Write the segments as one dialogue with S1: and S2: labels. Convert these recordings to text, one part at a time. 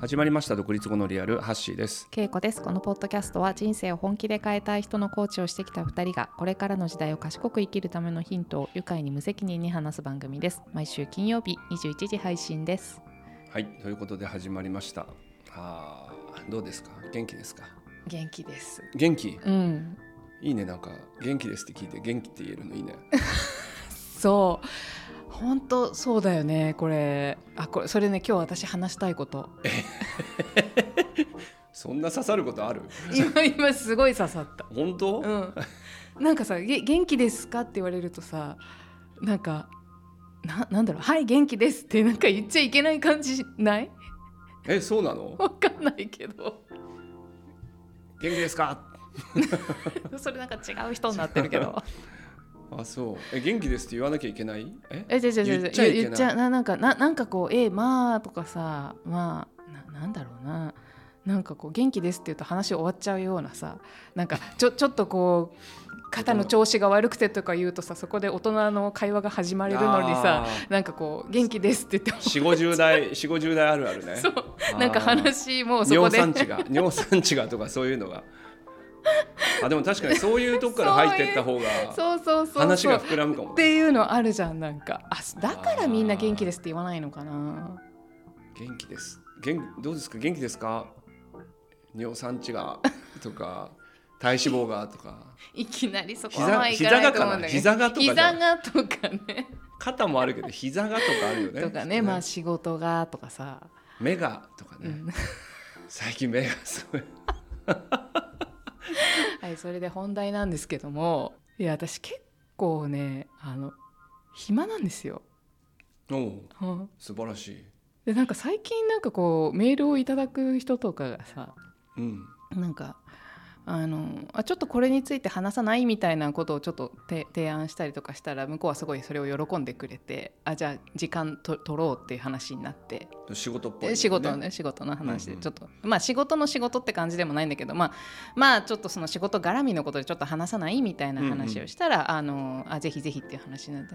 S1: 始まりました独立後のリアルハッシーです
S2: けいこですこのポッドキャストは人生を本気で変えたい人のコーチをしてきた2人がこれからの時代を賢く生きるためのヒントを愉快に無責任に話す番組です毎週金曜日21時配信です
S1: はいということで始まりましたあーどうですか元気ですか
S2: 元気です
S1: 元気
S2: うん
S1: いいねなんか元気ですって聞いて元気って言えるのいいね
S2: そう本当そうだよねこれあこれそれね今日私話したいこと
S1: そんな刺さることある
S2: 今今すごい刺さった
S1: 本当、
S2: うんなんかさ「げ元気ですか?」って言われるとさなんかななんだろう「はい元気です」ってなんか言っちゃいけない感じしない
S1: えそうなの
S2: わかんないけど
S1: 元気ですか
S2: それなんか違う人になってるけど
S1: あそうえ元気ですって言わなきゃいけないえ
S2: え違う違う違う
S1: 言っちゃいけない
S2: 言っちゃうななんかななんかこう「えまあ」とかさまあななんだろうななんかこう「元気です」って言うと話終わっちゃうようなさなんかちょちょっとこう肩の調子が悪くてとか言うとさそこで大人の会話が始まれるのにさ
S1: あー
S2: なんかこう「元気です」って 言って
S1: 四五十代四五十代あるあるね
S2: そう
S1: あー
S2: なんか話もうそこ
S1: 尿
S2: で
S1: 酸値が尿酸値がとかそういうの があでも確かにそういうとこから入ってった方が
S2: そうそうそうそう
S1: 話が膨らむかも
S2: っ
S1: ね
S2: ていうのあるじゃんなんかあだからみんな元気ですって言わないのかな
S1: 元気です元どうですか元気ですか尿酸値がと か体脂肪がとか
S2: いきなりそこ
S1: 膝
S2: はまあいかないと思うんだけど
S1: 膝がかな膝がとかじゃん
S2: 膝がとかね
S1: 肩もあるけど膝がとかあるよね
S2: とかねまあ仕事がとかさ、
S1: 目がとかね、
S2: うん、
S1: 最近目がすごい
S2: はいそれで本題なんですけどもいや私結構ねあの暇なんですよ、
S1: おう
S2: うん
S1: 素晴らしい
S2: でなんか最近なんかこうメールをいただく人とかがさ
S1: うん
S2: なんかあのあちょっとこれについて話さないみたいなことをちょっとて提案したりとかしたら向こうはすごいそれを喜んでくれてあじゃあ時間と取ろうっていう話になって
S1: 仕事っぽい、
S2: 仕事のね仕事の話
S1: うん
S2: で
S1: うん
S2: ちょっと、まあ仕事の仕事って感じでもないんだけどまあまあちょっとその仕事絡みのことでちょっと話さないみたいな話をしたら、あのあぜひぜひっていう話になって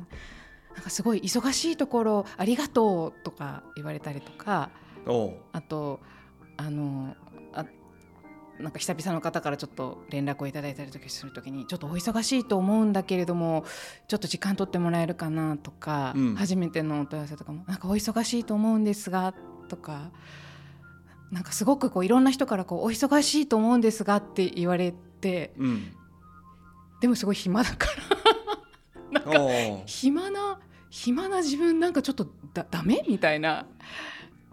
S2: なんかすごい忙しいところありがとうとか言われたりとか
S1: おう
S2: あとあのあなんか久々の方からちょっと連絡をいただいたりとかする時にちょっとお忙しいと思うんだけれどもちょっと時間取ってもらえるかなとか、
S1: うん
S2: 初めてのお問い合わせとかもなんかお忙しいと思うんですがとかなんかすごくこういろんな人からこうお忙しいと思うんですがって言われて
S1: うん
S2: でもすごい暇だから
S1: おう
S2: 暇な暇な自分なんかちょっとだダメみたいな。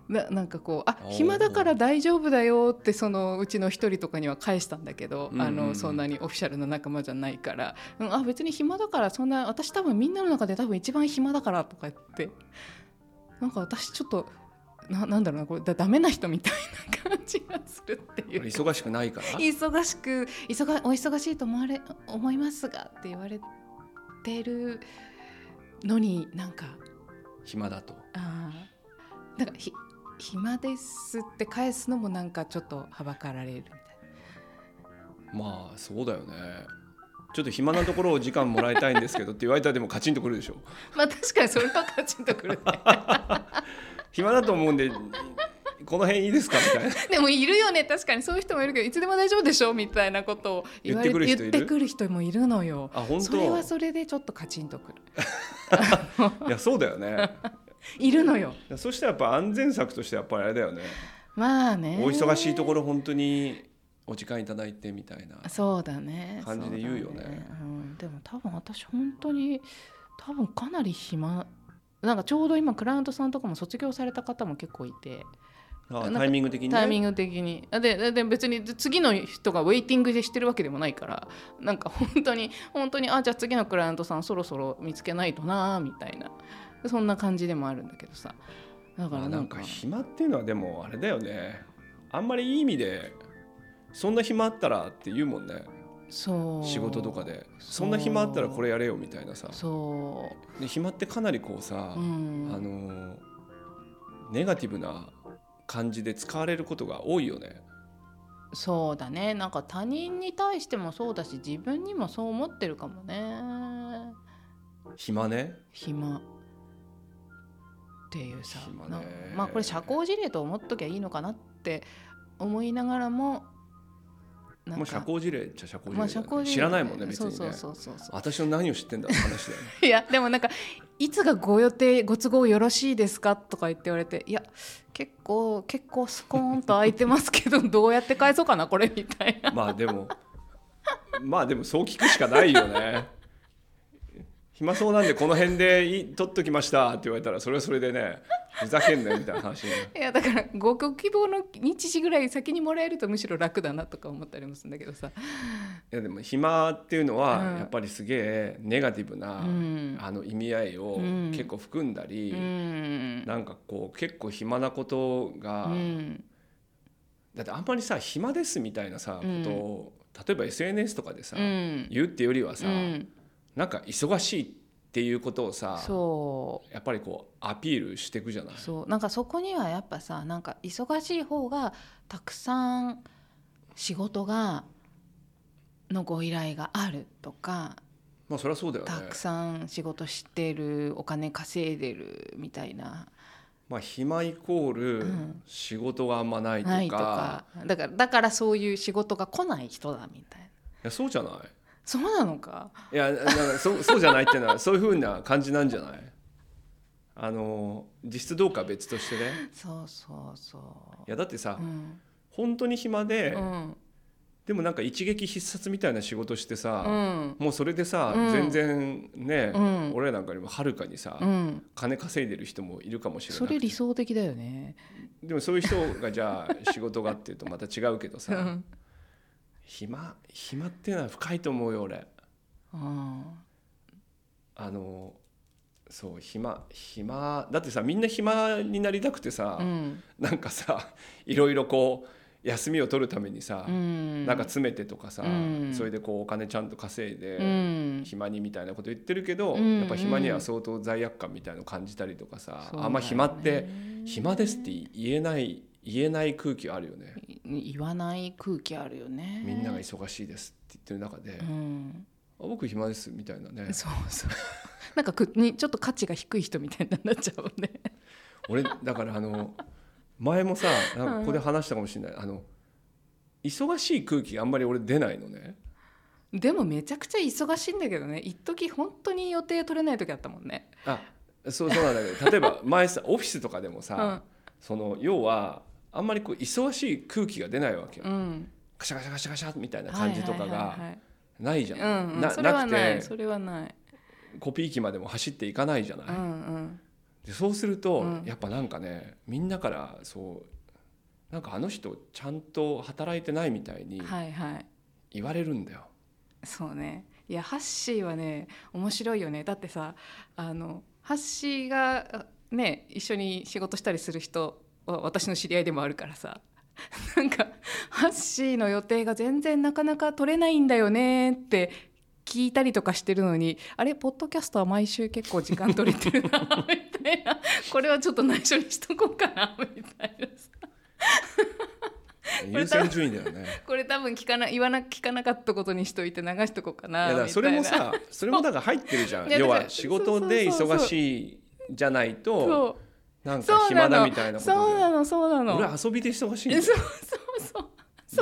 S2: ななんかこうあ
S1: おー
S2: 暇だから大丈夫だよってそのうちの一人とかには返したんだけど、
S1: うんうんうん
S2: あのそんなにオフィシャルな仲間じゃないから、うんあ別に暇だからそんな私多分みんなの中で多分一番暇だからとか言ってなんか私ちょっとななんだろうなこれだダメな人みたいな感じがするっていうか
S1: 忙しくないから
S2: 忙しく忙お忙しいと思われ思いますがって言われてるのになんか
S1: 暇だと
S2: あーなんかひ暇ですって返すのもなんかちょっとはばかられるみたい
S1: まあそうだよねちょっと暇なところを時間もらいたいんですけどって言われたらでもカチンとくるでしょ
S2: なまあ確かにそれはカチンと くるね
S1: 暇だと思うんでこの辺いいですかみたいな
S2: でもいるよね確かにそういう人もいるけどいつでも大丈夫でしょみたいなことを言われ
S1: 言ってくる人いる
S2: 言ってくる人もいるのよ
S1: あ本当
S2: それはそれでちょっとカチンとくる
S1: いやそうだよね
S2: いるのよ
S1: そしたらやっぱ安全策としてやっぱりあれだよね、
S2: まあね
S1: お忙しいところ本当にお時間いただいてみたいな
S2: そうだね
S1: 感じで言うよね
S2: そだうん、でも多分私本当に多分かなり暇なんかちょうど今クライアントさんとかも卒業された方も結構いて
S1: あ
S2: なんか
S1: タイミング的にね
S2: タイミング的にあででで別に次の人がウェイティングでしてるわけでもないからなんか本当に本当にあじゃあ次のクライアントさんそろそろ見つけないとなーみたいなそんな感じでもあるんだけどさだか
S1: ま
S2: ら
S1: あ
S2: な
S1: なんん
S2: か
S1: か暇っていうのはでもあれだよねあんまりいい意味でそんな暇あったらって言うもんね
S2: そう
S1: 仕事とかでそんな暇あったらこれやれよみたいなさ
S2: そ
S1: で暇ってかなりこうさ、
S2: う、うん、
S1: あのネガティブな感じで使われることが多いよね。
S2: そうだねなんか他人に対してもそうだし自分にもそう思ってるかもね
S1: 暇ね
S2: 暇っていうさ、
S1: 暇ね
S2: なまあこれ社交辞令と思っときゃいいのかなって思いながらもな
S1: もう社交辞令っちゃ社交辞令,、
S2: まあ社交辞令
S1: 知らないもんね別にね
S2: そうそうそうそう
S1: 私の何を知ってんだって話だよね
S2: いやでもなんかいつがご予定ご都合よろしいですかとか言って言われていや結構結構スコーンと空いてますけどどうやって返そうかなこれみたいな
S1: まあでも まあでもそう聞くしかないよね暇そうなんでこの辺でいい撮っときましたって言われたらそれはそれでねふざけんなよみたいな話になる
S2: いやだからごご希望の日時ぐらい先にもらえるとむしろ楽だなとか思ったりもするんだけどさ
S1: いやでも暇っていうの
S2: うん
S1: はやっぱりすげえネガティブな、
S2: うん
S1: あの意味合いを
S2: うん
S1: 結構含んだり、
S2: うん
S1: なんかこう結構暇なことが、
S2: うん
S1: だってあんまりさ暇ですみたいなさこ
S2: うん
S1: とを、例えば SNS とかでさ、
S2: うん
S1: 言うってよりはさ、
S2: うん
S1: なんか忙しいっていうことをさ
S2: そう
S1: やっぱりこうアピールしていくじゃない。
S2: そうなんかそこにはやっぱさなんか忙しい方がたくさん仕事がのご依頼があるとか
S1: まあそりゃそうだよね
S2: た。くさん仕事してるお金稼いでるみたいな
S1: まあ暇イコール
S2: うん
S1: 仕事があんまないとか,、
S2: ないとかだからだからそういう仕事が来ない人だみたいない
S1: やそうじゃない。
S2: そうなのか
S1: いやなんかそう そうじゃないっていうのはそういうふうな感じなんじゃないあの実質どうかは別としてね
S2: そうそうそう
S1: いやだってさ、
S2: うん
S1: 本当に暇で、
S2: うん
S1: でもなんか一撃必殺みたいな仕事して
S2: う
S1: さ、
S2: ん
S1: もうそれでさ、
S2: う
S1: 全
S2: ん
S1: 然ね、
S2: うん
S1: 俺らなんかよりもはるかにさ、
S2: うん
S1: 金稼いでる人もいるかもしれ
S2: そ
S1: な
S2: れ
S1: い
S2: 理想的だよね
S1: でもそういう人がじゃあ仕事がっていうとまた違うけど
S2: う
S1: さ
S2: ん
S1: 暇暇っていうのは深いと思うよ俺
S2: うん
S1: あのそう暇暇だってさみんな暇になりたくてさ、
S2: うん
S1: なんかさいろいろこう休みを取るためにさ、
S2: うん
S1: なんか詰めてとかさ、
S2: うん
S1: それでこうお金ちゃんと稼いで、
S2: うん
S1: 暇にみたいなこと言ってるけど、
S2: うん
S1: やっぱ暇には相当罪悪感みたいの感じたりとかさ、
S2: そうだよね
S1: あんま暇って暇ですって言えない言えない空気あるよね、
S2: い言わない空気あるよね
S1: みんなが忙しいですって言ってる中で、
S2: う
S1: あ
S2: ん
S1: 僕暇ですみたいなね
S2: そうそうなんかくにちょっと価値が低い人みたいになっちゃうね
S1: 俺だからあの前もさなんかここで話したかもしれない、あの忙しい空気があんまり俺出ないのね
S2: でもめちゃくちゃ忙しいんだけどね一時本当に予定取れない時あったもんね
S1: あそうそうなんだけ ど例えば前さオフィスとかでもさ、
S2: うん
S1: その要はあんまりこう忙しい空気が出ないわけよ、
S2: うん
S1: カシャカシャカシャカシャみたいな感じとか
S2: は
S1: が
S2: いはいはいはい
S1: ないじゃ
S2: うん
S1: ん
S2: うん
S1: な
S2: それは
S1: なく
S2: ない
S1: て
S2: それはない
S1: コピー機までも走っていかないじゃない、
S2: うんうん
S1: でそうすると、
S2: うん
S1: やっぱなんかねみんなからそうなんかあの人ちゃんと働いてないみたいに
S2: はいはい
S1: 言われるんだよ、
S2: そうねいやハッシーはね面白いよねだってさあのハッシーがあね一緒に仕事したりする人は私の知り合いでもあるからさ なんかハッシーの予定が全然なかなか取れないんだよねって聞いたりとかしてるのにあれポッドキャストは毎週結構時間取れてるなみたいなこれはちょっと内緒にしとこうかなみたいなさ
S1: 優先順位だよね
S2: これ多分聞かな言わな聞かなかったことにしといて流しとこうか
S1: いや
S2: な
S1: だか
S2: みたいな
S1: らそれもさそれもだから入ってるじゃん
S2: いやだ
S1: 要
S2: から
S1: は仕事で
S2: そうそうそう
S1: 忙
S2: そう
S1: しいじゃない
S2: そ
S1: と
S2: う
S1: なんか
S2: そうな
S1: 暇だ
S2: の
S1: みたいなこと
S2: そうな
S1: で
S2: のそうなの
S1: 俺遊びで忙しいんだ
S2: え そ
S1: よ
S2: うそうそう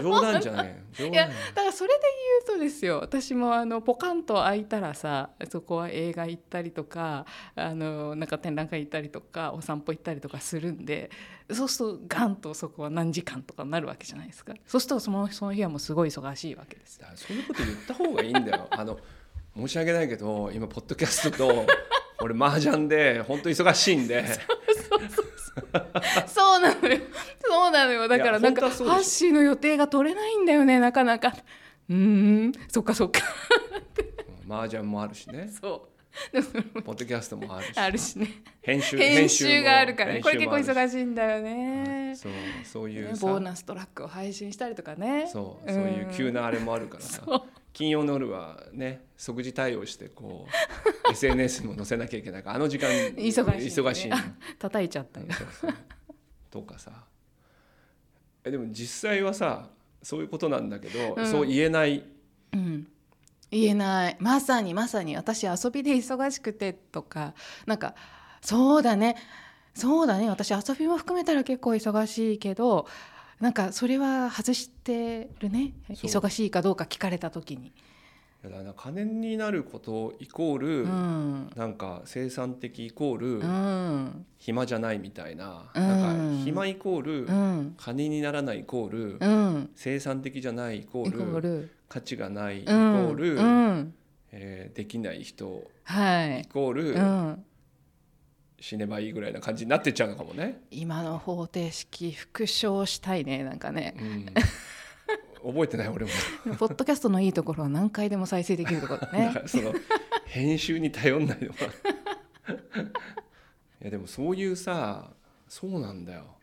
S1: 冗談じゃねえ冗
S2: いや
S1: 談
S2: だからそれで言うとですよ私もあのポカンと空いたらさそこは映画行ったりとかあのなんか展覧会行ったりとかお散歩行ったりとかするんでそうするとガンとそこは何時間とかなるわけじゃないですかそうするとそのその日はもうすごい忙しいわけですよ
S1: だからそういうこと言った方がいいんだよ あの申し訳ないけど今ポッドキャスト と俺麻雀で本当忙しいんで
S2: そうなのよそうなのよだからなんか
S1: いや
S2: ハ
S1: 本当はそう
S2: ッ
S1: でしょ
S2: シーの予定が取れないんだよねなかなかうーんそっかそっか
S1: 麻雀もあるしね
S2: そうでもそれも
S1: ポッドキャストもあるし
S2: あるしね
S1: 編集
S2: 編集
S1: も
S2: があるからねこれ
S1: 編集
S2: 結
S1: も
S2: 構
S1: あるし
S2: 忙しいんだよね。
S1: そうそうい
S2: ね
S1: うさ
S2: ボーナストラックを配信したりとかね。
S1: そうそういう急なあれもあるからさ
S2: そう
S1: 金曜の夜はね即時対応してこう SNS も載せなきゃいけないからあの時間
S2: 忙しい、ね。
S1: 忙しいの
S2: あ叩いちゃったよ。
S1: そうそうとかさえでも実際はさそういうことなんだけど、
S2: うん
S1: そう言えない
S2: うん。言えないまさにまさに私遊びで忙しくてとかなんかそうだねそうだね私遊びも含めたら結構忙しいけどなんかそれは外してるね
S1: そう
S2: 忙しいかどうか聞かれた時に。
S1: だからな金になることイコール、
S2: うん
S1: なんか生産的イコール、
S2: うん
S1: 暇じゃないみたいな,、
S2: うん
S1: なんか暇イコール、
S2: うん
S1: 金にならないイコール、
S2: うん
S1: 生産的じゃないイコー
S2: イ
S1: ル
S2: コール
S1: 価値がないイコ
S2: うん
S1: ール、
S2: うん
S1: えーできない人
S2: は
S1: イ
S2: い、
S1: コール、
S2: うん、
S1: 死ねばいいぐらいな感じになってっちゃうのかもね。
S2: 今の方程式復唱したいねなんかね
S1: うん 覚えてない俺も、
S2: ポッドキャストのいいところは何回でも再生できるところだ
S1: だか
S2: ね。
S1: らその編集に頼んないのは いやでもそういうさそうなんだよ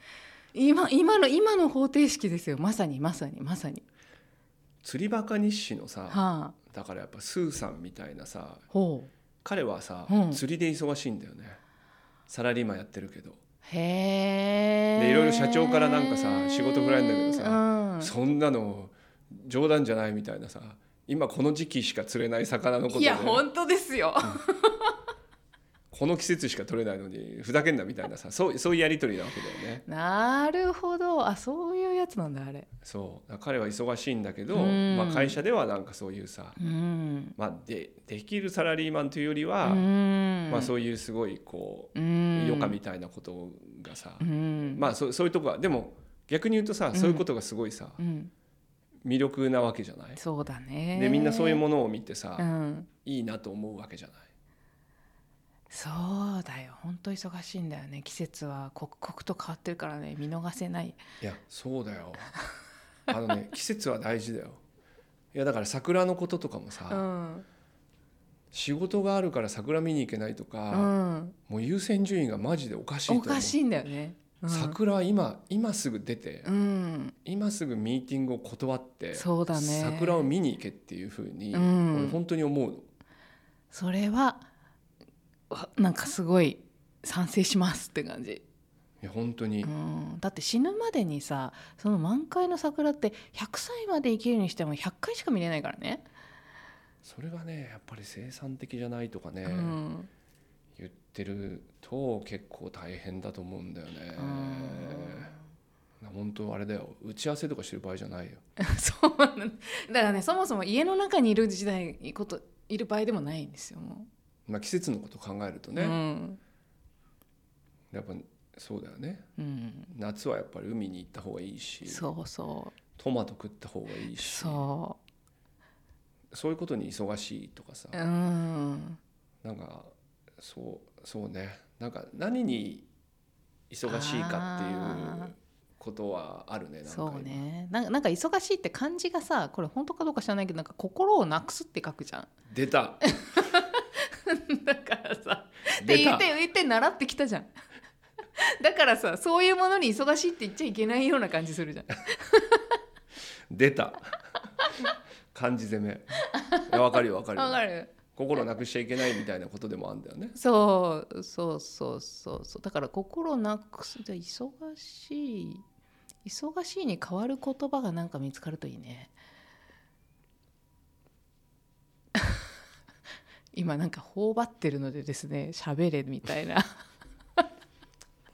S2: 今今の今の方程式ですよまさにまさにまさに。
S1: 釣りバカ日誌のさ
S2: はあ、
S1: だからやっぱスーさんみたいなさ
S2: ほう
S1: 彼はさ、
S2: うん
S1: 釣りで忙しいんだよねサラリーマンやってるけど、
S2: へえ。
S1: でいろいろ社長からなんかさ仕事振られるんだけどさ
S2: うん
S1: そんなの冗談じゃないみたいなさ今この時期しか釣れない魚のこと
S2: い
S1: で
S2: や本当ですよ。
S1: この季節しか取れないのにふざけんなみたいなさそうそういうやり取りなわけだよね。
S2: なるほどあそういうやつなんだあれ。
S1: そうだから彼は忙しいんだけど、
S2: うん
S1: まあ、会社ではなんかそういうさ、
S2: うん。
S1: まあ、でできるサラリーマンというよりは、
S2: うん
S1: まあ、そういうすごいこ
S2: う
S1: う余
S2: ん。
S1: 暇みたいなことがさ、
S2: うん。
S1: まあそうそういうとこはでも逆に言うとさ、
S2: ん
S1: そういうことがすごいさ
S2: うん、
S1: 魅力なわけじゃない、
S2: そうだね。
S1: でみんなそういうものを見てさ、
S2: うん。
S1: いいなと思うわけじゃない。
S2: そうだよ本当忙しいんだよね季節は刻々と変わってるからね見逃せない
S1: いやそうだよあのね 季節は大事だよいやだから桜のこととかもさ、
S2: うん
S1: 仕事があるから桜見に行けないと
S2: う
S1: か、
S2: ん
S1: もう優先順位がマジでおかしいと
S2: お
S1: 思う
S2: かしいんだよねうん
S1: 桜今今すぐ出て、
S2: うん
S1: 今すぐミーティングを断って
S2: そうだね
S1: 桜を見に行けっていうふうに、
S2: うん
S1: 俺本当に思うの
S2: それはわなんかすごい賛成しますって感じ、
S1: いや本当に、
S2: うん、だって死ぬまでにさその満開の桜って100歳まで生きるにしても100回しか見れないからね、
S1: それがねやっぱり生産的じゃないとかね、
S2: うん
S1: 言ってると結構大変だと思うんだよね、本当あれだよ打ち合わせとかしてる場合じゃないよ
S2: そうなんだ だからねそもそも家の中にいる時代こといる場合でもないんですよも
S1: まあ季節のこと考えると
S2: う
S1: ね、
S2: うん
S1: やっぱそうだよね
S2: うん、
S1: 夏はやっぱり海に行った方がいいし
S2: そうそ
S1: トマト食った方がいいうし
S2: そ
S1: そういうことに忙しいとかさ、
S2: ううん
S1: なんかそうそうねなんか何に忙しいかって
S2: あ
S1: い
S2: ー
S1: うことはあるねなんか
S2: そうねなんかなんか忙しいって漢字がさこれ本当かどうか知らないけどなんか心をなくすって書くじゃん
S1: 今出た
S2: だからさって
S1: 出
S2: 言
S1: た
S2: って言って習ってきたじゃん だからさそういうものに忙しいって言っちゃいけないような感じするじゃん
S1: 出た漢字攻めいやわかるよわかるよ
S2: わかる
S1: 心なくしちゃいけないみたいなことでもあるんだよね
S2: そうそうそうそうそうだから心をなくすで忙しい忙しいに変わる言葉がなんか見つかるといいね 今なんか頬張ってるのでですね喋れみたいな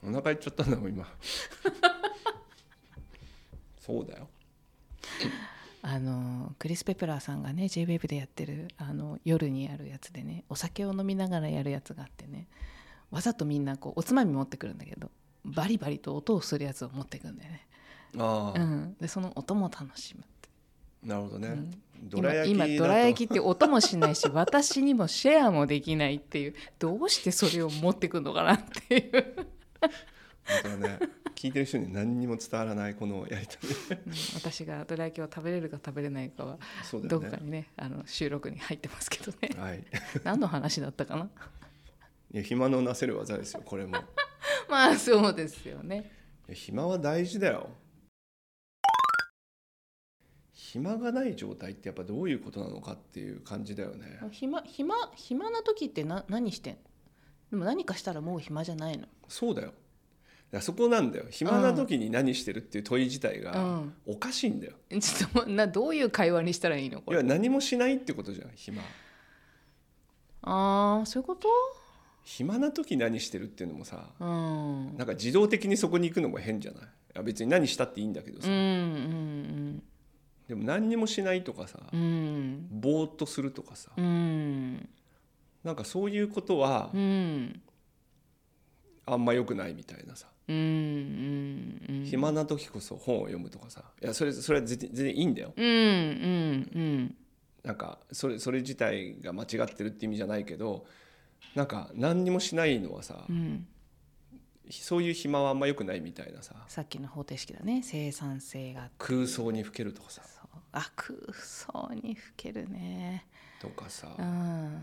S1: お腹いっちゃったんだもん今そうだよ
S2: あのクリス・ペプラーさんがね JWAVE でやってるあの夜にやるやつでねお酒を飲みながらやるやつがあってねわざとみんなこうおつまみ持ってくるんだけどバリバリと音をするやつを持ってくんだよね
S1: あ
S2: う
S1: あ、
S2: ん、でその音も楽しむって
S1: なるほどね、
S2: うん
S1: どら焼きだ
S2: 今
S1: と
S2: 今どら焼きって音もしないし私にもシェアもできないっていうどうしてそれを持ってくのかなっていう、
S1: 本当だね聞いてる人に何にも伝わらないこのやりとり
S2: うん私がどら焼きを食べれるか食べれないかは
S1: そうだ
S2: ど
S1: よ
S2: こ
S1: ね
S2: かにねあの収録に入ってますけどね
S1: はい
S2: 何の話だったかない
S1: や暇のなせる技ですよこれもい
S2: まあそうですよね
S1: や暇は大事だよ暇がない状態ってやっぱどういうことなのかっていう感じだよね
S2: 暇暇暇な時ってな何してんでも何かしたらもう暇じゃないの
S1: そうだよらそこなんだよ暇な時に何してるっていう問い自体
S2: う
S1: が
S2: ん
S1: おかしいんだよ、
S2: ちょっともうなどういう会話にしたらいいのこ
S1: いや
S2: れ
S1: 何もしないってことじゃん暇
S2: ああそういうこと
S1: 暇な時何してるっていうのもさ
S2: うん
S1: なんか自動的にそこに行くのも変じゃないいや別に何したっていいんだけど
S2: う
S1: さ、
S2: んうん
S1: でも何にもしないとかさ、
S2: うんうん
S1: ぼーっとするとかさ、
S2: うん
S1: なんかそういうことは
S2: うん
S1: あんま良くないみたいなさ、
S2: うんうん
S1: 暇な時こそ本を読むとかさいやそれそれは全然全然いいんだよ
S2: うんうんうん
S1: なんかそれそれ自体が間違ってるって意味じゃないけどなんか何にもしないのはさ、
S2: うん
S1: そういう暇はあんま良くないみたいなさ
S2: さっきの方程式だね生産性が
S1: 空想にふけるとかさ
S2: そうあ空想にふけるね
S1: とかさ、
S2: うん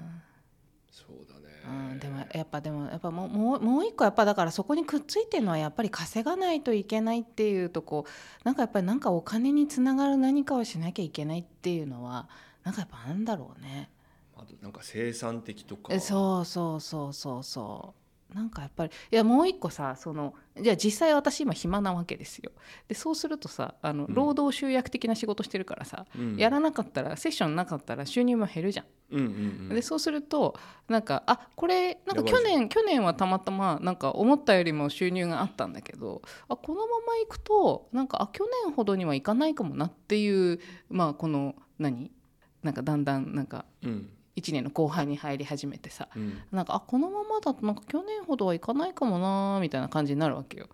S1: そうだね、
S2: うん、でもやっぱでもやっぱもうもうもう一個やっぱだからそこにくっついてるのはやっぱり稼がないといけないっていうとこなんかやっぱりなんかお金につながる何かをしなきゃいけないっていうのはなんかやっぱあんだろうね
S1: あとなんか生産的とか
S2: えそうそうそうそうそうなんかやっぱりいやもう一個さそのじゃあ実際私今暇なわけですよでそうするとさあの
S1: うん
S2: 労働集約的な仕事してるからさ、
S1: うん、
S2: やらなかったらセッションなかったら収入も減るじゃん
S1: うんうんうん
S2: でそうするとなんかあこれなんか
S1: やば
S2: 去
S1: いじゃ
S2: 年去年はたまたまなんか思ったよりも収入があったんだけどあこのままいくとなんかあ去年ほどにはいかないかもなっていうまあこの何なんかだんだんなんか
S1: うん
S2: 1年の後半に入り始めてさ
S1: うん
S2: なんかあこのままだとなんか去年ほどはいかないかもなーみたいな感じになるわけよ。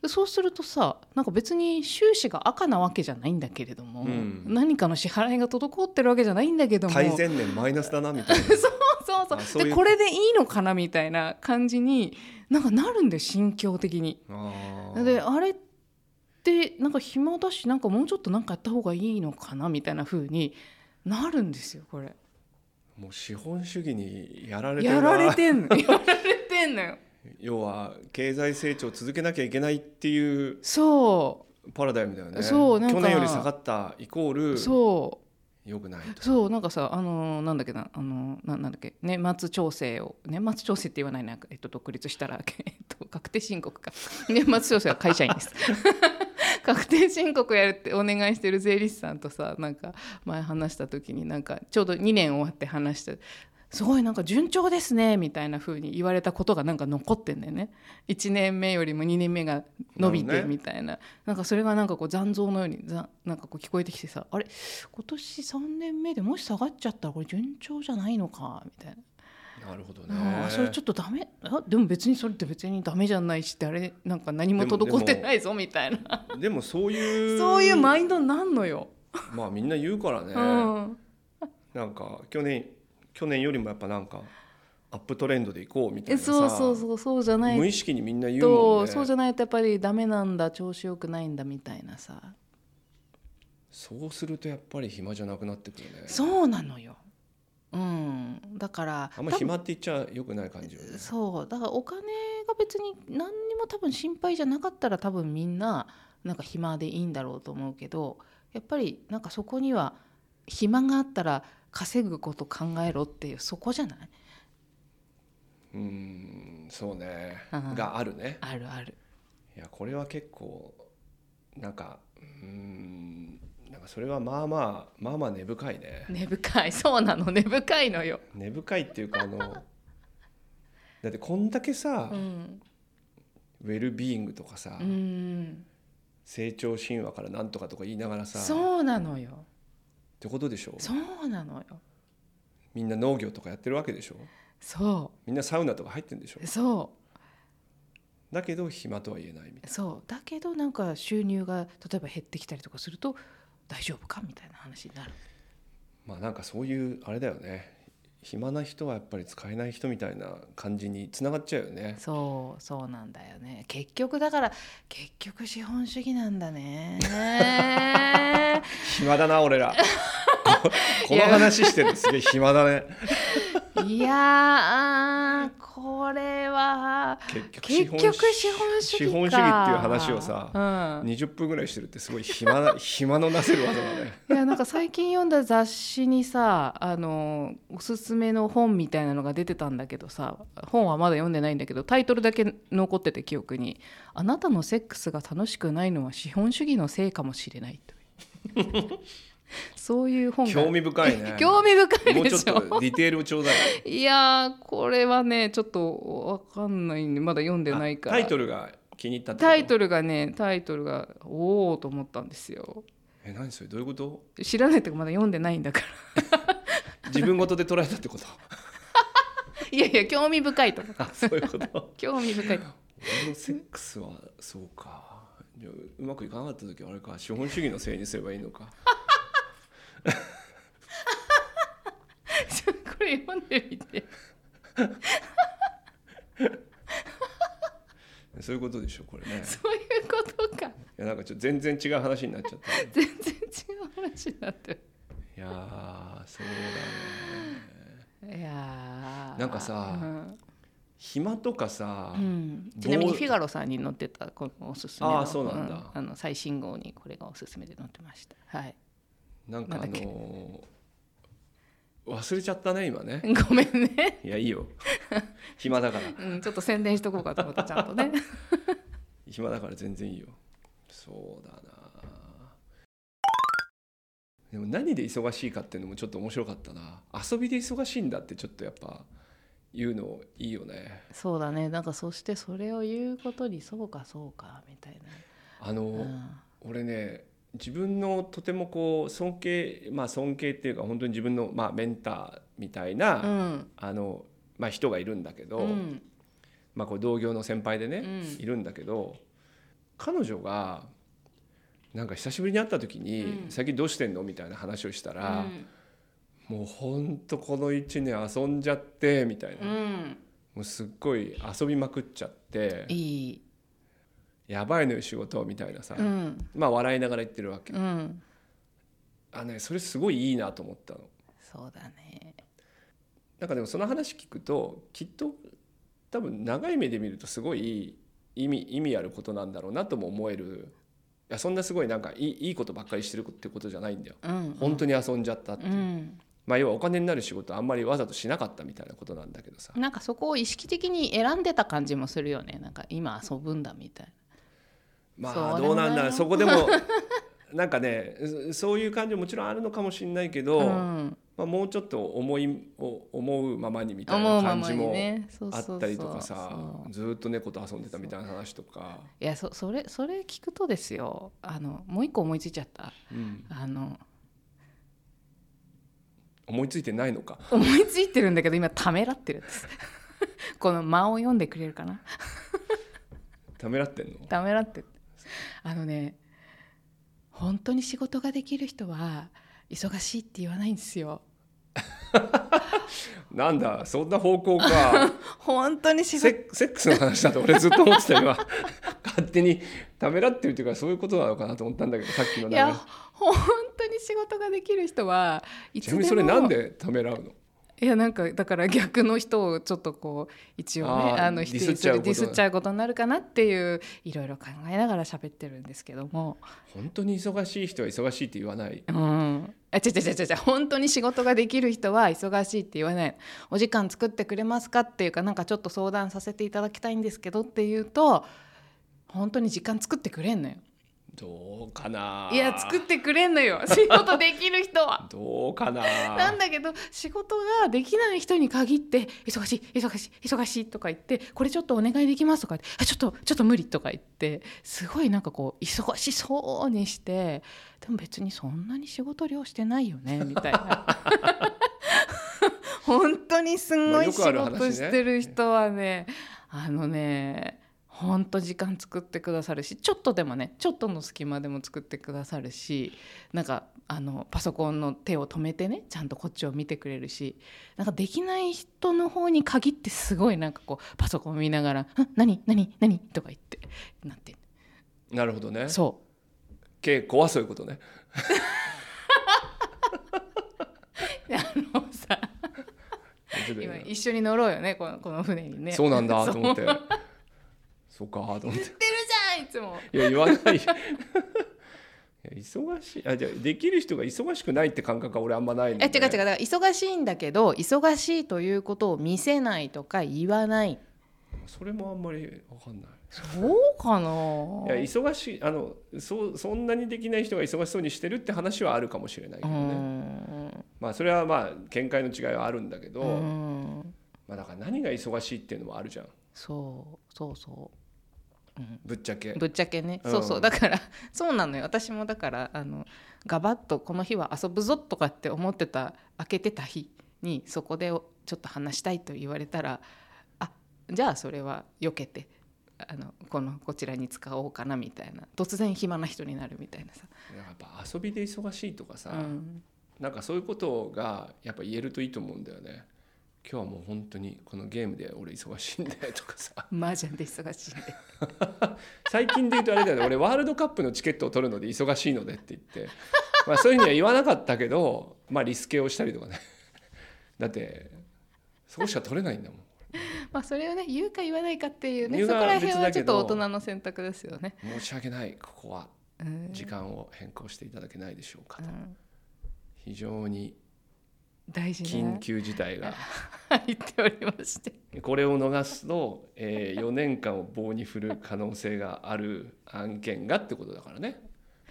S2: でそうするとさなんか別に収支が赤なわけじゃないんだけれど
S1: う
S2: も、
S1: ん
S2: 何かの支払いが滞ってるわけじゃないんだけども
S1: 改善年マイナスだなみたいな
S2: そうそう
S1: あそういう
S2: でこれでいいのかなみたいな感じになんかなるんだよ心境的に。
S1: あー
S2: であれってなんか暇だしなんかもうちょっとなんかやった方がいいのかなみたいな風になるんですよこれ。
S1: もう資本主義にやられて
S2: や
S1: る
S2: られ
S1: な
S2: てんのやられてんのよ。
S1: 要は経済成長を続けなきゃいけないっていう
S2: そ
S1: パラダイムだよね
S2: そうなんか
S1: 去年より下がったイコー
S2: う
S1: ル
S2: そう
S1: 良くないと
S2: そうなんかさあのーなんだっけなあのーななんだっけ年末調整を年末調整って言わないな、えっと、独立したら、 えっと、確定申告か 年末調整は会社員です 確定申告やるってお願いしてる税理士さんとさなんか前話した時になんかちょうど2年終わって話したすごいなんか順調ですねみたいな風に言われたことがなんか残ってんだよね1年目よりも2年目が伸び
S1: なる
S2: て
S1: ほどね
S2: みたいな,、なんかそれがなんかこう残像のようにざなんかこう聞こえてきてさあれ今年3年目でもし下がっちゃったらこれ順調じゃないのかみたい
S1: なるほど
S2: な、
S1: ね
S2: あそれちょっとダメあでも別にそれって別にダメじゃないしってあれなんか何も
S1: でも
S2: 滞ってないぞみたいな
S1: でもそういう
S2: そういうマインドになんのよ、
S1: まあみんな言うからね、
S2: うん、
S1: なんか去年去年よりもやっぱなんかアップトレンドでいこうみたい
S2: え
S1: なさ
S2: そうそうそうそうじゃない
S1: 無意識にみんな言うもん
S2: と
S1: ね
S2: そうじゃないとやっぱりダメなんだ調子良くないんだみたいなさ
S1: そうするとやっぱり暇じゃなくなってくるね
S2: そうなのようんだから
S1: あんま
S2: 多分
S1: 暇って言っちゃよくない感じよね
S2: そうだからお金が別に何にも多分心配じゃなかったら多分みんななんか暇でいいんだろうと思うけどやっぱりなんかそこには暇があったら稼ぐこと考えろっていうそこじゃない
S1: うんそうね
S2: うん
S1: があるね
S2: あるある
S1: いやこれは結構なんかうんなんかそれはまあまあまあまあ根深いね
S2: 根深いそうなの根深いのよ、
S1: 根深いっていうかあのだってこんだけさ、
S2: うん、
S1: ウェルビーイングとかさ、
S2: うん
S1: 成長神話からなんとかとか言いながらさ
S2: そうなのよ
S1: ってことでしょ
S2: そうなのよ
S1: みんな農業とかやってるわけでしょ
S2: そ
S1: みんなサウナとか入ってるんでしょ
S2: うそう
S1: だけど暇とは言えないみたい
S2: そうだけどなんか収入が例えば減ってきたりとかすると大丈夫かみたいな話になる
S1: なまあなんかそういうあれだよね暇な人はやっぱり使えない人みたいな感じにつながっちゃうよね
S2: そうそうなんだよね結局だから結局資本主義なん だね
S1: 暇だな俺らここの話してるすげえ暇だね
S2: いやーこれは
S1: 結局資
S2: 結
S1: 本
S2: 局資本主義か
S1: 資本主義っていう話をさ、
S2: うん
S1: 20分ぐらいしてるってすごい暇な暇のなせる技だね
S2: いやなんか最近読んだ雑誌にさあのおすすめの本みたいなのが出てたんだけどさ本はまだ読んでないんだけどタイトルだけ残ってて記憶に「あなたのセックスが楽しくないのは資本主義のせいかもしれ ない」というそういう本が
S1: 興味深いね
S2: 興味深
S1: も
S2: いうで
S1: ちょっ
S2: しょ
S1: とディテールをちょうだい
S2: いやーこれはねちょっとわかんないんでまだ読んでないから
S1: あタイトルが気に入ったってこと
S2: タイトルがねタイトルがおおと思ったんですよ
S1: え何それどういうこと
S2: 知らないとかまだ読んでないんだから
S1: 自分事で捉えたってこと
S2: いやいや興味深いと思った
S1: あそういうこと
S2: 興味深い
S1: 俺の セックスはそうかじゃあうまくいかなかった時はあれか資本主義のせいにすればいいのか
S2: ちょこれ読んでみ て
S1: そういうことでしょこれね
S2: そういうことか
S1: いやなんかちょっと全然違う話になっちゃ ったね
S2: 全然違う話になって
S1: いやーそうだね
S2: るいやー
S1: なんかさ暇とかさ、
S2: うんう
S1: ど
S2: ん
S1: う
S2: ちなみにフィガロさんに載ってたこのおすすめの
S1: あーそうなんだ
S2: あの最新号にこれがおすすめで載ってましたはい
S1: なんかあ
S2: なんだっけ
S1: のー忘れちゃったね今ね
S2: ごめんね、
S1: いやいい よ暇だから
S2: うん、ちょっと宣伝しとこうかと思ったちゃん とね
S1: 暇だから全然いいよそうだなでも何で忙しいかっていうのもちょっと面白かったな遊びで忙しいんだってちょっとやっぱ言うのいいよね
S2: そうだねなんかそしてそれを言うことにそうかそうかみたい
S1: あの、
S2: な、うん
S1: 俺ね自分のとてもこう尊敬まあ尊敬っていうか本当に自分の、まあ、メンターみたいな、
S2: うん
S1: あのまあ、人がいるんだけど、
S2: うん
S1: まあ、こう同業の先輩でね、
S2: うん
S1: いるんだけど彼女がなんか久しぶりに会った時に「
S2: うん
S1: 最近どうしてんの?」みたいな話をしたら
S2: うん
S1: 「もうほんとこの1年遊んじゃって」みたいな、も
S2: うん
S1: うすっごい遊びまくっちゃって
S2: いい、
S1: 「やばいのよ仕事」みたいなさ、
S2: うん
S1: まあ笑いながら言ってるわけ、
S2: うん、
S1: あねそれすごいいいなと思ったの。
S2: そうだね
S1: なんかでもその話聞くときっと多分長い目で見るとすごい意味意味あることなんだろうなとも思えるいやそんなすごいなんかいいいいことばっかりしてるってことじゃないんだよ
S2: うん
S1: 本当に遊んじゃったっていうう、
S2: ん、
S1: まあ要はお金になる仕事あんまりわざとしなかったみたいなことなんだけどさ
S2: なんかそこを意識的に選んでた感じもするよねなんか今遊ぶんだみたいな
S1: まあ
S2: そう
S1: どうなんだろう
S2: そ
S1: そこでも なんかねそそういう感じももちろんあるのかもしれないけど、
S2: うん、
S1: まあ、もうちょっと思いを思うままにみたい
S2: 思
S1: な
S2: うま
S1: 感
S2: ま
S1: じ
S2: に
S1: も
S2: ねそう
S1: あ
S2: そうそう
S1: ったりとかさ
S2: そう
S1: ずーっと猫と遊んでたみたいな話とか。
S2: いやそそれそれ聞くとですよあのもう一個思いついちゃった
S1: うん
S2: あの
S1: 思いついてないのか
S2: 思いついてるんだけど今ためらってるん ですこの間を読んでくれるかな
S1: ためらってんの
S2: ダメだってあのね本当に仕事ができる人は忙しいって言わないんですよ
S1: なんだそんな方向か
S2: 本当に仕
S1: セ
S2: 事
S1: ッセックスの話だと俺ずっと思ってた今 勝手にためらってるっていうかそういうことなのかなと思ったんだけどさっきの流
S2: い
S1: れ
S2: や本当に仕事ができる人はい
S1: ち
S2: つ
S1: な
S2: で
S1: み
S2: も
S1: にそれなんでためらうの
S2: いやなんかだから逆の人をちょっとこう一応ね
S1: あー
S2: あの
S1: ディスっ
S2: 否定す
S1: ちゃうこ
S2: る
S1: と
S2: ディスっちゃうことになるかなっていういろいろ考えながら喋ってるんですけども、
S1: 本当に忙しい人は忙しいって言わない
S2: うん、あ違う違う違う違う本当に仕事ができる人は忙しいって言わないお時間作ってくれますかっていうかなんかちょっと相談させていただきたいんですけどっていうと本当に時間作ってくれんのよ
S1: どうかない
S2: や作ってくれんのよ仕事できる人は。
S1: どうかな
S2: なんだけど仕事ができない人に限って忙しい忙しい忙しいとか言ってこれちょっとお願いできますとか言ってあちょっとちょっと無理とか言ってすごいなんかこう忙しそうにしてでも別にそんなに仕事量してないよ ねみたいな本当にす
S1: ま
S2: んご
S1: あよ
S2: い仕
S1: くある話ね
S2: 事してる人はねあのねほんと時間作ってくださるしちょっとでもねちょっとの隙間でも作ってくださるしなんかあのパソコンの手を止めてねちゃんとこっちを見てくれるしなんかできない人の方に限ってすごいなんかこうパソコン見ながら「ん何何何?」とか言ってなってる
S1: なるほどね
S2: そ
S1: 稽古はそういうことね
S2: うあのさ
S1: 船
S2: 今
S1: だ
S2: 一緒に乗ろうよねこのこの船にね
S1: そうなんだ
S2: そう
S1: と思ってそうかと思って
S2: 言ってるじゃんいつも
S1: いや言わないよいや忙しいあじゃあできる人が忙しくないって感覚は俺あんまないの
S2: え
S1: で
S2: 違う違うだから忙しいんだけど忙しいということを見せないとか言わない
S1: それもあんまり分かんない
S2: そうかない
S1: や忙しいあのそうそんなにできない人が忙しそうにしてるって話はあるかもしれないけど
S2: う
S1: ね、
S2: ん
S1: まあそれはまあ見解の違いはあるんだけど、
S2: うん
S1: まあだから何が忙しいっていうのもあるじゃん
S2: そうそうそ
S1: ぶっちゃけ
S2: うぶっちゃけね、
S1: うん
S2: そうそうだから そうなのよ私もだからあのガバッとこの日は遊ぶぞとかって思ってた開けてた日にそこでおちょっと話したいと言われたらあじゃあそれは避けてあのこのこちらに使おうかなみたいな突然暇な人になるみたいなさ。
S1: やっぱ遊びで忙しいとかさ、
S2: うん
S1: なんかそういうことがやっぱ言えるといいと思うんだよね今日はもう本当にこのゲームで俺忙しいんだよとかさ
S2: 麻雀で忙し いね
S1: 最近で言うとあれだよね俺ワールドカップのチケットを取るので忙しいのでって言って、まあ、そういうふうには言わなかったけどまあリスケをしたりとかねだってそこしか取れないんだもん
S2: まあそれをね言うか言わないかっていうね
S1: 言
S2: そうこ
S1: のは
S2: ら辺は
S1: 別だ
S2: ち
S1: け
S2: ょっと
S1: ど
S2: 大人の選択ですよね。
S1: 申し訳ないここは
S2: うん
S1: 時間を変更していただけないでしょうか
S2: う
S1: と
S2: ん
S1: 非常に
S2: 大事な
S1: 緊急事態が
S2: 入っておりまして
S1: これを逃すと、え4年間を棒に振る可能性がある案件がってことだからね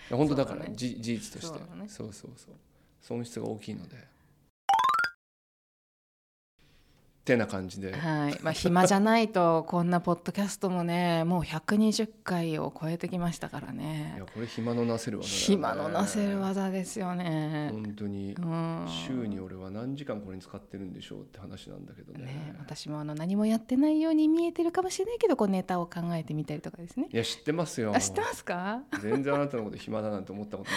S1: いや本当だから
S2: そうだね
S1: じ事実として
S2: そうだね
S1: そうそうそう損失が大きいのでてな感じで
S2: はい、まあ、暇じゃないとこんなポッドキャストもねもう120回を超えてきましたから
S1: い
S2: ね
S1: やこれ暇のなせる技だよね
S2: 暇のなせる技ですよね。
S1: 本当に
S2: うん
S1: 週に俺は何時間これに使ってるんでしょうって話なんだけどね
S2: ね、私もあの何もやってないように見えてるかもしれないけどこうネタを考えてみたりとかですね。
S1: いや知ってますよ
S2: あ知ってますか
S1: 全然あなたのこと暇だなんて思ったこと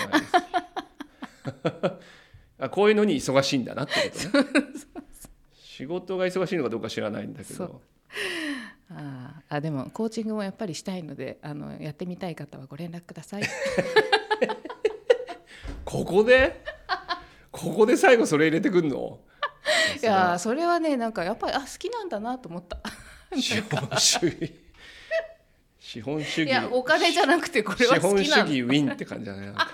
S1: ないです あこういうのに忙しいんだなって ことね仕事が忙しいのかどうか知らないんだけ
S2: そ
S1: ど
S2: あーあでもコーチングもやっぱりしたいのであのやってみたい方はご連絡くだ さい。
S1: ここでここで最後それ入れてくんの
S2: いやーそれはねなんかやっぱりあ好きなんだなと思った。
S1: 資本主義資本主
S2: い
S1: 義
S2: やお金じゃなくてこれは
S1: 資
S2: 好
S1: 本
S2: き
S1: 主
S2: なんだ
S1: 義ウィンって感じだねなん か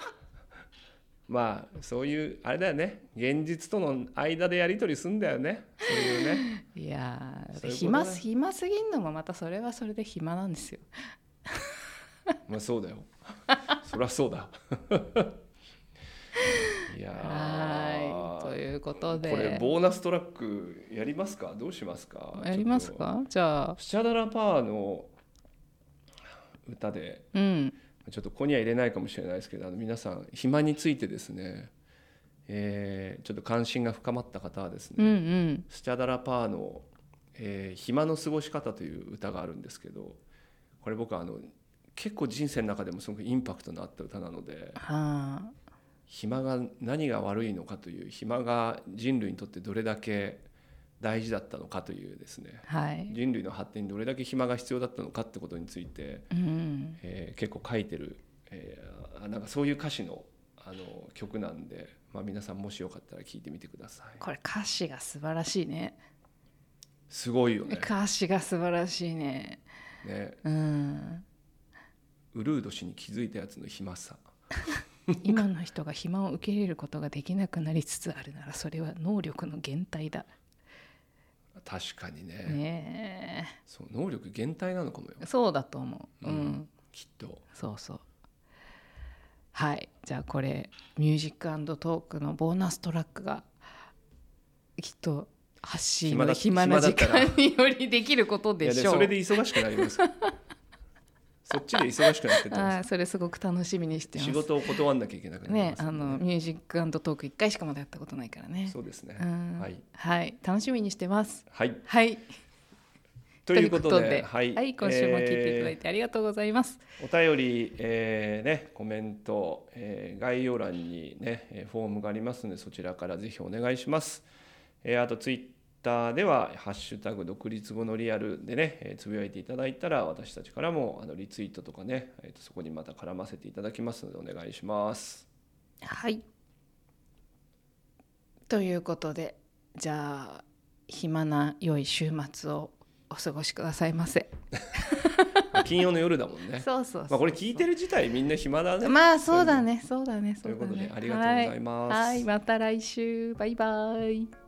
S1: まあそういうあれだよね現実との間でやり取りすんだよねそういうね
S2: いや
S1: そ
S2: ー
S1: ういうことだ
S2: 暇す暇すぎんのもまたそれはそれで暇なんですよ。
S1: まあそう だよ。そりゃそうだ。いやー
S2: はーいということで
S1: これボーナストラックやりますかどうしますか
S2: やります
S1: ちょっ
S2: かじゃあ
S1: とスチャダラパーの歌で
S2: うん
S1: ちょっとここには入れないかもしれないですけどあの皆さん暇についてですね、えーちょっと関心が深まった方はですね、
S2: うんうん
S1: スチャダラパーの「えー暇の過ごし方」という歌があるんですけどこれ僕はあの結構人生の中でもすごくインパクトのあった歌なので
S2: はあ
S1: 暇が何が悪いのかという暇が人類にとってどれだけ大事だったのかというですね
S2: はい、
S1: 人類の発展にどれだけ暇が必要だったのかってことについて、
S2: うん、
S1: えー結構書いてる、えーあなんかそういう歌詞のあの曲なんで、まあ、皆さんもしよかったら聴いてみてください。
S2: これ歌詞が素晴らしいね
S1: すごいよね
S2: 歌詞が素晴らしいね
S1: ね
S2: うん
S1: ウルード氏に気づいたやつの暇さ
S2: 今の人が暇を受け入れることができなくなりつつあるならそれは能力の減退だ
S1: 確かにね
S2: ね
S1: そう能力減退なのかもよ
S2: えそうだと思う、
S1: う
S2: うん
S1: ん、きっと
S2: そうそうはいじゃあこれミュージックトークのボーナストラックがきっと発信の
S1: 暇だ
S2: 暇な時
S1: 暇だ
S2: 間
S1: っ
S2: によりできることで
S1: いや
S2: し
S1: で
S2: ょう
S1: それで忙しくなり ますそっちで忙しくなってって
S2: あ
S1: ま
S2: ーそれすごく楽しみにして
S1: す
S2: ます
S1: 仕事を断んなきゃいけなくなり
S2: ね
S1: ます
S2: あのミュージックトーク1回しかまだやったことないからね
S1: そうですね
S2: うん
S1: はい、
S2: はい、楽しみにしてます
S1: はい、
S2: はい
S1: ということで
S2: という
S1: はい、
S2: はい、今週も聞いていただい
S1: て、
S2: てありがとうございます、
S1: えーお便り、えーねコメント、えー概要欄にねえーフォームがありますのでそちらからぜひお願いしますえーあとツイッターでは「ハッシュタグ独立後のリアル」でね、えーつぶやいていただいたら私たちからもあのリツイートとかね、えーとそこにまた絡ませていただきますのでお願いします。
S2: はいということでじゃあ暇な良い週末をお過ごしくださいませ。
S1: 金曜の夜だもんね。
S2: そうそうそう
S1: まあこれ聞いてる自体みんな暇だね。
S2: まあそうだね、そうだね、
S1: と
S2: そ
S1: いうう
S2: だ
S1: こと
S2: ね
S1: で。ありがとうございます。
S2: はい、はいまた来週、バイバイ。